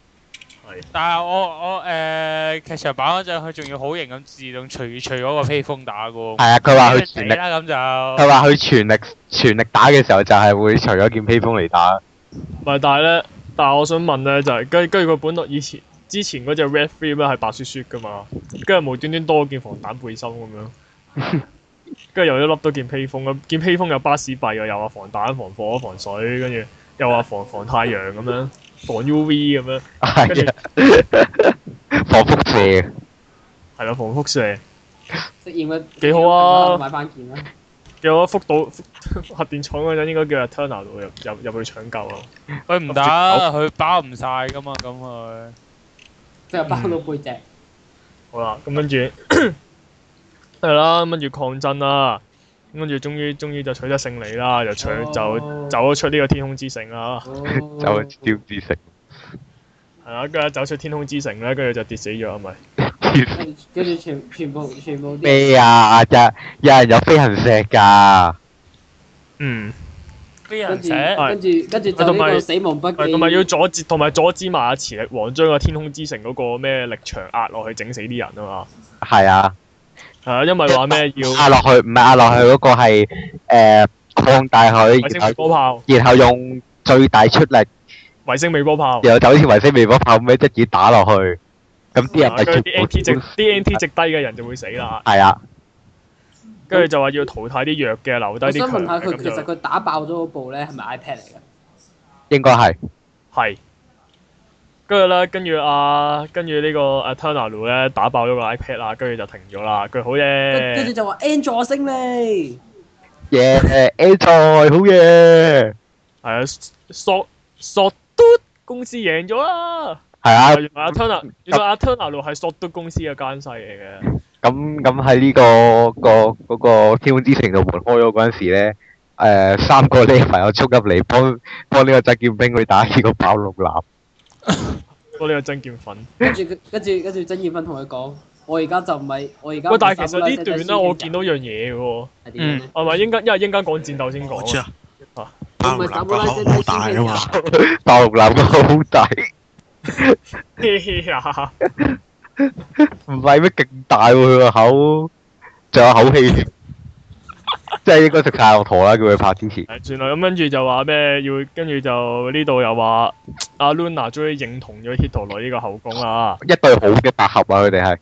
但係我我誒、呃、劇場版嗰陣，佢仲要好型咁自動除除嗰個披風打嘅喎。
係啊，佢話佢
死
全力，
啦咁就
佢話佢全力全力打嘅時候就係會除咗件披風嚟打。
唔係，但係咧，但係我想問咧，就係跟跟住佢本來以前之前嗰只 Red Free 咧係白雪雪噶嘛，跟住無端端多件防彈背心咁樣，跟住又一笠多件披風咁，件披風有巴士幣，又又話防彈、防火、防水，跟住又話防防太陽咁樣，防 UV 咁樣，
係啊， 防輻射。
係啦，防輻射。
即係染
幾好啊
買翻件啦。
有福島福核電廠嗰陣應該叫阿 Turner 度入入入去搶救啊咯。
佢唔得，佢包唔晒㗎嘛，咁佢
即係包到背脊。
好啦，咁跟住 係啦，跟住抗爭啦，咁跟住終於終於就取得勝利啦，就搶就
哦
走咗出呢個天空之城啦，
就
哦
係招致 食，
係啦，跟住走出天空之城咧，跟住就跌死咗係咪？
跟住跟住全全部全部啲
咩啊？有有人有飛行石㗎，
嗯，
啲
跟
人
住
寫
跟住跟住就呢個死亡筆記。
同埋要阻止同埋阻止埋阿磁力王將個天空之城嗰個咩力場壓落去整死啲人啊嘛，
係啊，
係啊，因為話 咩要
壓落去唔係壓落去嗰個係誒擴大
衛星微
佢，
波炮，
然後然後用最大出力，
衛星微波炮。
然後就好似維斯微波炮咁樣一嘢打落去，咁啲人
啊
咪
跟住
全
啲 NT 值
部
啲 NT 值低嘅人就會死啦，
係啊，
跟住就話要淘汰啲弱嘅，留低
我
啲
想
強
問下
嘅
佢，
咁
其實
就
佢打爆咗嗰部咧係咪 iPad 嚟㗎？
應該係
係。跟住咧，跟住啊，跟住呢個阿 t u r n a l 咧打爆咗個 iPad 啦，跟住就停咗啦。佢好
跟跟住
嘢，
就話 Android 升咧。
耶 A 賽好嘢，
係啊，索索嘟公司贏咗啦。
係啊。
原來阿 t u r n a 原來阿 t u r n a l 係索嘟公司嘅奸細嚟嘅。
咁咁喺呢個個嗰個天空之城度門開咗嗰陣時咧，誒、三個呢朋友衝入嚟幫幫呢個責劍兵去打呢個爆龍男，
我呢個真劍粉。
跟住佢跟住跟住曾燕芬同佢講：我而家就唔係我而家唔
喂，
係
但
手機啦。
係其實呢段
即係
咧，我見
手機
到樣嘢嘅喎，
係點樣咧？
係咪應間因為應間講戰鬥先
我
講
知
啊？
啊
啊，
包容男個口好大啊嘛，
爆龍男個好大，
嘿嘿呀！
唔係咩勁大喎佢個口，仲有口氣，即係應該食太落陀啦，叫佢拍之前。
誒，算啦，咁跟住就話咩要，跟住就呢度又話阿 Luna 終於認同咗 Hitler 呢個後宮啦，
一對好嘅百合啊！佢哋係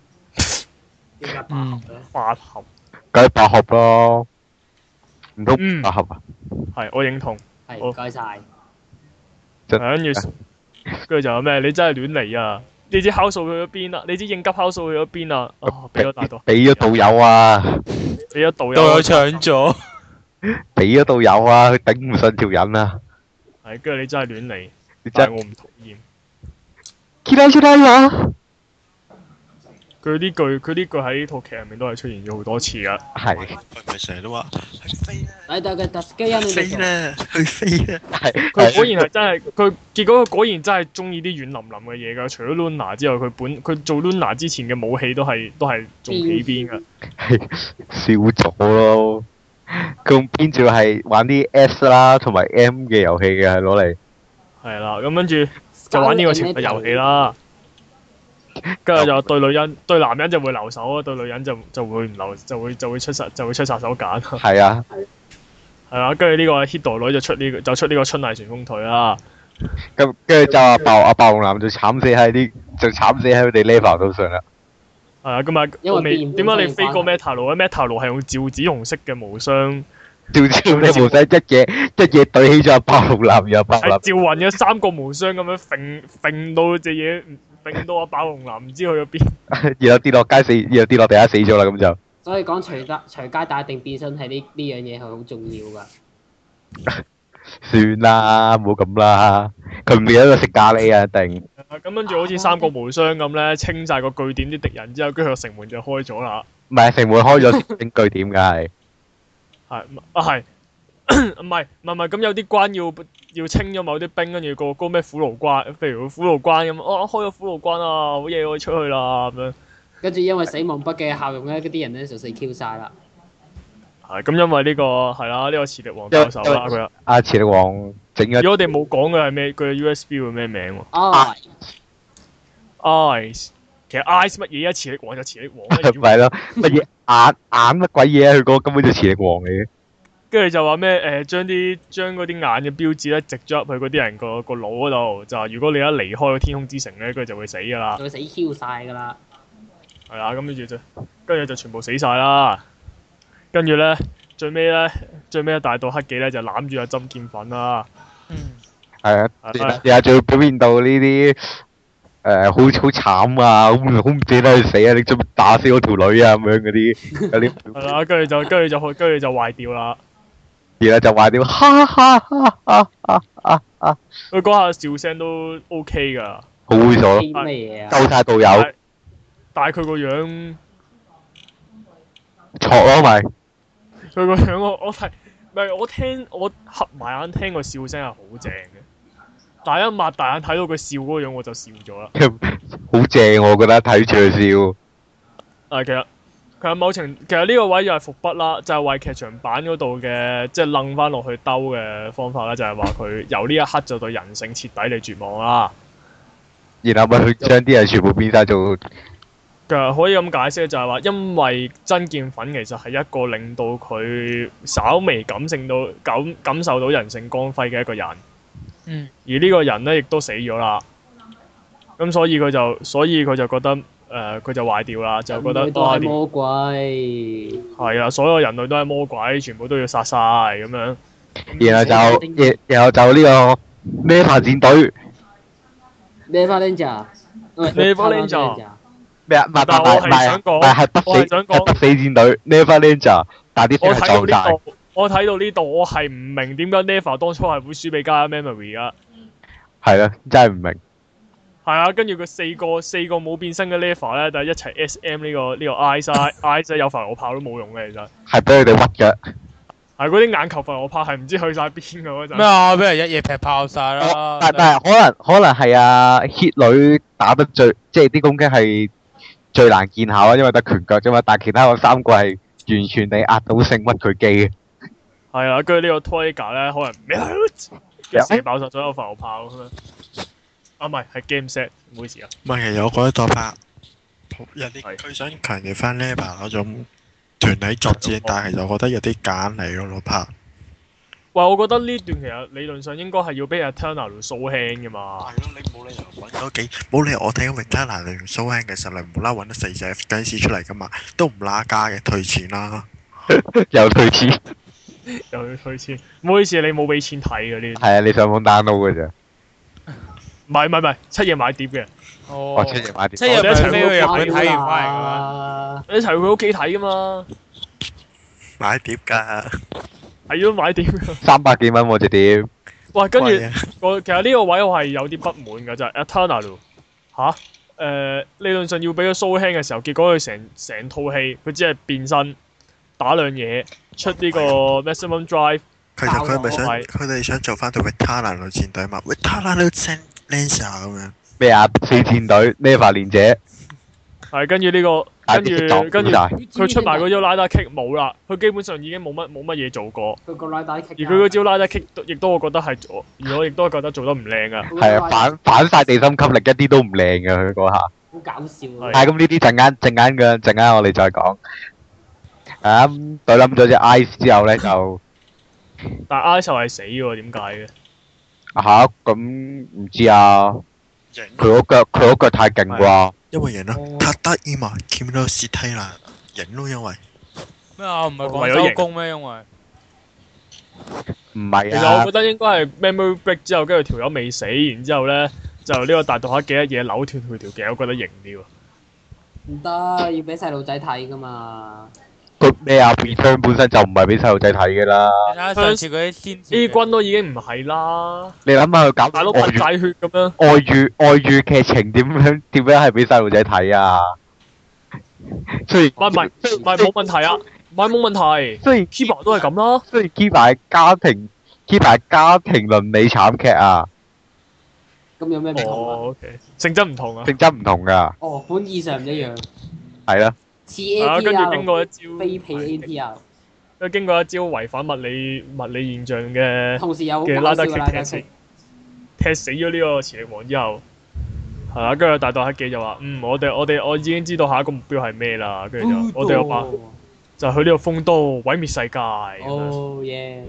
叫佢打爆佢啦
八合
梗係百合咯，唔
嗯
通百合啊？
係我認同，
係
好
唔該晒。
係跟住跟住就話咩你真係亂嚟啊！你支酵素去咗邊啊？你支應急酵素去咗邊啊？啊，俾咗大 度，
俾咗導友啊！
俾咗導啊友，
都有搶咗。
俾咗導友啊！佢頂唔順條人啊！
係跟住你真係亂嚟，
你真
但係
係
我唔討厭，
嫌出嚟啊！
佢呢句佢呢句喺套劇入面都係出現咗好多次啊噶。
係
佢咪成日都話去飛咧，
喺度嘅特技人
飛
嚟
咧，去飛咧，
係
佢果然係真係佢結果佢果然真係中意啲軟淋淋嘅嘢㗎。除咗 Luna 之外，佢本佢做 Luna 之前嘅武器都係都係仲幾邊㗎。
少咗咯。咁邊住係玩啲 S 啦，同埋 M 嘅遊戲嘅係攞嚟，
係啦，咁跟住就玩呢個懲罰遊戲啦。跟住就話對女人對男人就會留手啊，對女人就就會唔留，就會就會出殺就會出殺手鐧。
係啊，
係啦，跟住呢個 Hito 女就出呢、個就出呢個春麗旋風腿啊啦。
咁跟住就阿爆阿爆龍男就慘死喺啲，就慘死喺佢哋 level 度上 啦。
係啊，咁啊，
因為
我未
變
點解你
變
飛
關
過
係
Meta 路咧？Meta 路係用照紫紅色嘅無雙，
照照你無使一嘢一嘢對起咗阿爆龍男又爆
係
男，
照暈咗三個無雙咁樣揈揈到隻嘢，揈到阿爆龍男唔知去咗邊。
然後跌落街死，然後跌落地下死咗啦咁就。
所以講隨家隨街打定變身係呢呢樣嘢係好重要㗎。
算啦，唔好咁啦。佢唔係一個食咖喱啊，一定
係啊咁跟住好似三個無雙咁咧，清晒個據點啲敵人之後，跟住個城門就開咗啦。
唔係成門開咗整據點㗎係。
係啊係， 唔係唔係唔係咁有啲關要要清咗某啲兵，跟住個個咩虎牢關，譬如虎牢關咁，哦開咗虎牢關啊，好嘢，我出去啦咁樣。
跟住因為死亡筆嘅效用咧，嗰啲人咧就死 Q 晒啦。
係咁，因為呢、個係啦，呢、個磁力王教授啦，
因為
佢啊，
阿磁力王整
如
咗
果我哋冇講嘅係咩，佢嘅 USB 會咩名喎
啊，
？Ice，其實 Ice 乜嘢啊？磁力王就磁力王啦，
唔 係咯，乜嘢眼眼乜鬼嘢啊？佢嗰個根本就磁力王嚟嘅，
跟住就話咩誒，將啲將嗰啲眼嘅標誌咧，植咗入去嗰啲人個個腦嗰度，就話如果你一離開個天空之城咧，佢就會死㗎啦，
就會死 Q 晒㗎啦。
係啊啦，咁跟住就跟住就全部死晒啦，跟住咧最尾咧最尾一大道黑記咧就攬住阿針劍粉啦，
係
係
啊，又仲要表現到呢啲誒好好慘啊，好唔好唔捨得去死啊！你做乜打死我條女啊？咁樣嗰啲嗰
係
啲，
啦，跟住就跟住就跟住就壞掉啦。
然後就話點哈哈哈哈哈哈，
佢嗰下笑聲都 OK 㗎，
好猥瑣咯，
啲乜嘢啊？
夠晒導
但
遊
係但係佢個樣，
錯咯咪，
佢個樣我我睇，唔係我聽我合埋眼聽個笑聲係好正嘅，但係一擘大眼睇到佢笑嗰個樣我就笑咗啦。
好正我覺得睇住佢笑，
但係其實其實某程其實呢個位又係伏筆啦，就係、為劇場版嗰度嘅即係楞翻落去兜嘅方法啦，就係話佢由呢一刻就對人性徹底地絕望啦。
然後咪佢將啲人全部變晒做
其實可以咁解釋就係話，因為真見粉其實係一個令到佢稍微感性到感感受到人性光輝嘅一個人，
嗯，
而呢個人咧亦都死咗啦。咁所以佢就所以佢就覺得誒佢、就壞掉啦，就覺得
人類都
哇
係
連
魔鬼。
係啊，所有人類都係魔鬼，全部都要殺晒咁樣。
然後就
嗯
然然後就呢個咩發戰隊
Never Ninja。喂
Never Ninja
咩啊？唔係
但
唔係
我
唔
係
係
想
唔
講
係係不
我
死
係想講
係不死戰隊 Never Ninja，但係啲
我
兵係
睇
撞
到呢
曬，
度，我睇到呢度，我係唔明點解 Neva 當初係會輸俾加 Memory 噶。
係啦，真係唔明。
係啊，跟住佢四個四個冇變身嘅 Lever 咧，但係一齊 SM 呢、個呢、個 I 晒 I 仔有浮我炮都冇用嘅，其實
係俾佢哋屈嘅，
係嗰啲眼球浮我炮係唔知去晒邊嘅嗰
咩
陣。
啊？俾人一夜劈炮晒啦！
但但係可能可能係啊 à, hit 女打得最，即係啲攻擊係最難見效啊，因為得拳腳啫嘛。但係其他嗰三個係完全你壓到性屈佢機 嘅，
係啊，跟住呢個 Toyga 咧，可能喵
啊
跟住射爆晒所有浮我炮咁樣。啊，唔係係 game set，唔好意思啊。
唔係其實我覺得多拍有啲
係
佢想強調翻 l e v e 嗰種團體作戰，但係其實我覺得有啲揀嚟咯，老拍。
喂，我覺得呢段其實理論上應該係要俾 Eternal 掃輕嘅嘛。
係咯，你冇理由揾咗幾冇理由我睇緊 v i t a l a 同 s o h a n 嘅實力，無啦揾得四隻 F 僵屍出嚟噶嘛，都唔拉家嘅，退錢啦。
又退錢。
又要退錢，唔好意思，你冇俾錢睇嘅呢段。
係啊，你上網 download 嘅啫。
唔係唔係唔係，七夜買碟嘅，
哦
我，出嚟買
即係
我
日
哋一齊
本
去
飛去日本
睇
睇完翻嚟噶嘛？
你一齊去佢屋企睇噶嘛。
買碟㗎，
係咯，買碟㗎。
三百幾蚊喎隻碟，
哇，跟住
貴啊
我其實呢個位我係有啲不滿嘅，就係 Eternal 吓？誒、理論上要俾佢蘇輕嘅時候，結果佢成成套戲佢只係變身打兩嘢，出呢個
啊
maximum drive，
其實佢係咪想
爆我係
佢哋想做翻對 v i t a l a 女戰隊嘛 v i t a l a 女戰 Lancer 咁樣，
咩啊？四戰隊 Neva 連者，
係跟住呢個
大
跟
啲激盪
住跟住
好大
佢出埋嗰招拉打 kick 冇啦，佢基本上已經冇乜冇乜嘢做過，
佢個拉打而
而佢嗰招拉打 kick 都亦都我覺得係做，而我亦都覺得做得唔靚啊。
係啊，反反晒地心吸力，一啲都唔靚嘅佢嗰下。
好搞笑
係
啊！
係咁呢啲陣間陣間嘅陣間我哋再講。啊，咁對冧咗只 Ice 之後咧就
但係 I 就係死喎，點解嘅？
吓咁唔知啊，
影，
佢嗰腳佢嗰腳太勁啩，
因為贏啦，塔德伊嘛，見到史梯蘭影咯，因為
咩啊？唔係
為
講
咗
周
贏
公咩？因為
唔
其
係
實我
啊
覺，得應該係 memory break 之後，跟住條友未死，然之後咧就呢個大毒黑嘅一嘢扭斷佢條頸，我覺得型啲喎。
唔得，要俾細路仔睇噶嘛。
佢咩啊 return 本身就唔係俾細路仔睇嘅啦。
你睇下上次嗰啲天
呢
節嘅，
軍都已經唔係啦，
你諗下佢搞
大
到
佬
外
噴
語
晒血咁樣，
外語外語劇情點樣點樣係俾細路仔睇啊？雖然
唔係唔係
Oh，
唔係冇問題啊，唔係冇問題
雖然
Kiba 都係咁啦，
雖然 Kiva 係家庭 Kiva 係家庭倫理慘劇啊，
咁有咩唔同啊？
哦，OK，性質唔同啊，
性質唔同㗎，
哦，本意上唔一樣，
係啦。
似
係啊，跟住經
ATR
過一
非皮
招，
ATR，
跟住經過一招違反物理物理現象嘅
同時有好
嘅
搞
拉
笑
德
嘅
劇
拉
踢
打
死
kick，
踢死咗呢個磁力王之後，係啊，跟住大毒黑記就話：嗯，我哋我哋我已經知道下一個目標係咩啦，跟住就我哋又話。就去呢個風都毀滅世界咁樣，
哦耶！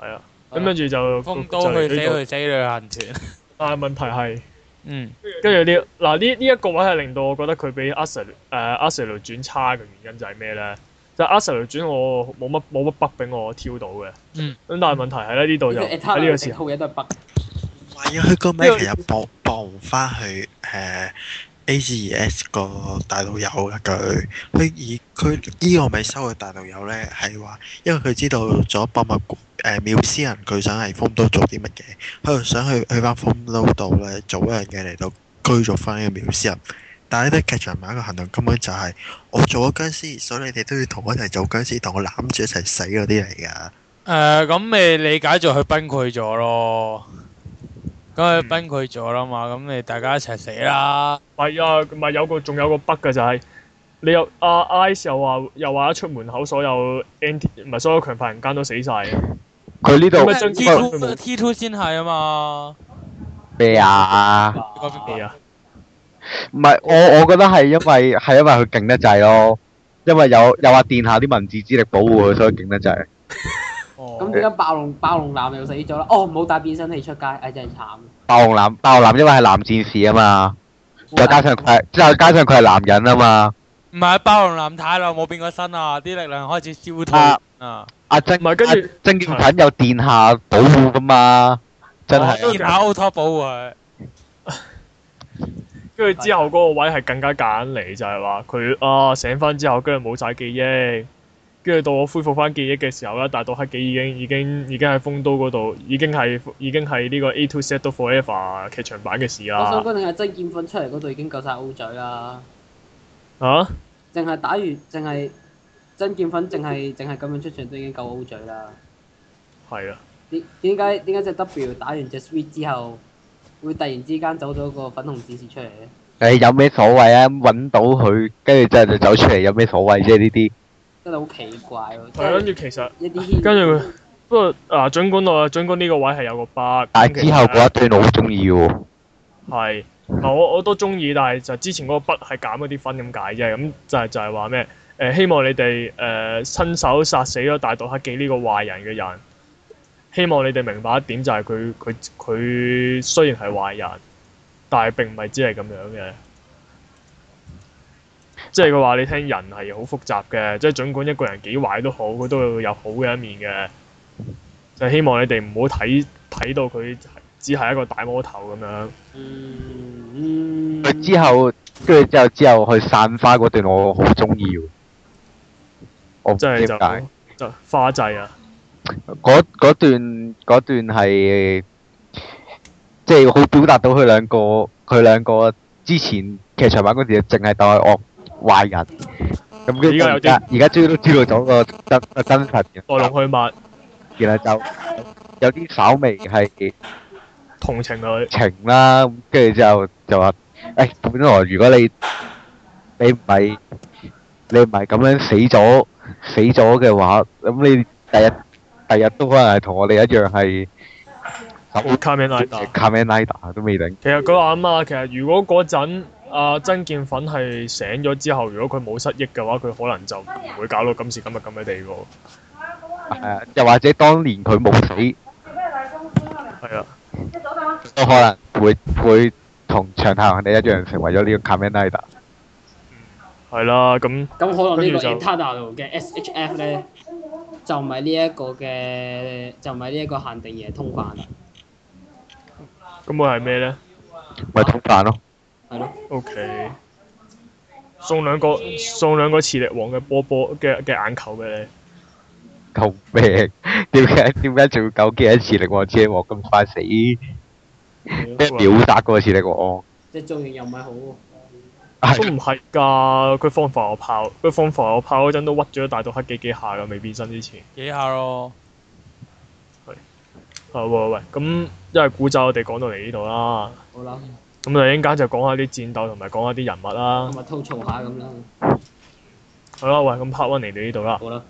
係啊。咁跟住就
風
就
刀
嚟
去
呢
死
度
去死旅行團。
但係問題係，
嗯，
跟住呢嗱呢呢一個位係令到我覺得佢比阿 s 誒阿 s 雷轉差嘅原因就係咩咧？就阿 s 雷轉我冇乜冇乜筆俾我挑到嘅。
嗯
咁但係問題係咧，呢度就
呢
喺呢個時候，
套嘢都係北，
唔係啊，佢個
呢個
名其實駁駁唔翻去誒 A G S 個大老友嘅佢，佢以佢呢個咪收嘅大老友咧係話，因為佢知道咗博物館誒妙思人佢想喺風都做啲乜嘢，佢又想去去翻風都度咧做一樣嘢嚟到居續翻呢個妙思人。但係呢啲劇場版嘅行動根本就係、我做咗僵屍，所以你哋都要同我一齊做僵屍，同我攬住一齊死嗰啲嚟㗎。
誒咁咪理解咗佢崩潰咗咯。咁佢
嗯
崩潰咗啦嘛，咁你大家一齊死啦。
唔係啊，唔係有個仲有個筆嘅就係、你又阿 Ice 又話又話一出門口所有 anti 唔係所有強化人間都死晒嘅，
佢呢
咁
度
咪將
T
佢佢
two
冇
T two 先係啊嘛。
咩啊？
嗰邊
係啊，
唔係我我覺得係因為係因為佢勁得滯咯，因為有有阿殿下啲文字之力保護佢，所以勁得滯。
咁
哦，
點解暴龍暴龍男又死咗啦？哦，冇帶變身器出街，唉真係慘。
霸王男霸王男因為係男戰士啊嘛，再加上佢係再加上佢係男人啊嘛，
唔係包容男太耐冇變過身啊，啲力量開始消退
啊
啊。
阿曾
唔係跟住
阿曾劍品有殿下保護噶嘛，真係啊
哦
見下 O top 保護佢，
跟住之後嗰個位係更加夾硬嚟，就係話佢啊醒翻之後，跟住冇晒記憶，跟住到我恢復翻記憶嘅時候咧，大到黑幾已經已經已經喺風都嗰度，已經係已經係呢個 A to Set 到 Forever 劇場版嘅事
我想
啦。
講，淨係真劍粉出嚟嗰度已經夠晒 O 嘴啦，
啊，
淨係打完，淨係真劍粉，淨係淨係咁樣出場都已經夠 O 嘴啦。
係啊，
點點解點解只 W 打完只 Sweet 之後，會突然之間走咗個粉紅戰士出嚟咧？
誒有咩所謂啊？揾到佢，跟住之後就走出嚟，有咩所謂啫？呢啲
真係好奇怪喎！
係啊跟
真係
住其實
一啲
跟住佢不過啊，儘管我儘管呢個位係有個 bug，
但係之後
啊
嗰一段我好中意喎，
係，嗱我我都中意，但係就之前嗰個筆係減咗啲分咁解啫，咁就係、就係話咩？誒、希望你哋誒、親手殺死咗大毒黑記呢個壞人嘅人，希望你哋明白一點就係佢佢佢雖然係壞人，但係並唔係只係咁樣嘅。即係佢話你聽，人係好複雜嘅，即係儘管一個人幾壞都好，佢都會有好嘅一面嘅。就希望你哋唔好睇睇到佢只係一個大魔頭咁樣。
嗯
佢之後跟住之後之後去散花嗰段我好中意喎，我唔
真係
知
就
點解。
就花祭啊！
嗰嗰段嗰段係即係好表達到佢兩個佢兩個之前劇場版嗰時，淨係當佢惡壞人。咁跟住
而家有
而家而家終於都知道咗個真真實
來龍去脈，
嘅，然後就有啲稍微係
同情佢，
情啦，咁跟住之後就話：，誒、哎本來如果你你唔係你唔係咁樣死咗死咗嘅話，咁你第日第日都可能係同我哋一樣係啊
我卡面拉打。
卡咩 n i d a 都未定。
啊其實佢話啊嘛，其實如果嗰陣阿曾建粉係醒咗之後，如果佢冇失憶嘅話，佢可能就唔會搞到今時今日咁嘅地步。
係啊又或者當年佢冇死，
係啊，
都可能會會同長太人哋一樣成為咗呢個 Kamen Rider。
係啦，咁
咁可能呢
跟
個 i
住
n t e r n a l 嘅 SHF 咧，就唔係呢一個嘅，就唔係呢一個限定嘢通販啦，
咁會係咩咧
咪通飯咯，
係咯。
？OK，送兩個送兩個磁力王嘅波波嘅嘅眼球俾你。
救命！點解點解仲要糾結一次力王之王咁快死？咩秒殺嗰次力王？
即係造型又唔係好喎，
都
係
唔係㗎，佢放浮我炮，佢放浮我炮嗰陣都屈咗一大到黑幾幾下㗎，未變身之前。
幾下咯。
係啊喂喂，喂咁因為古仔我哋講到嚟呢度啦，
好啦，
咁就應間就講下啲戰鬥同埋講下啲人物啦
啊咁。咪吐槽下咁啦，
好啦，喂，咁 part one 嚟到呢度啦。
好啦。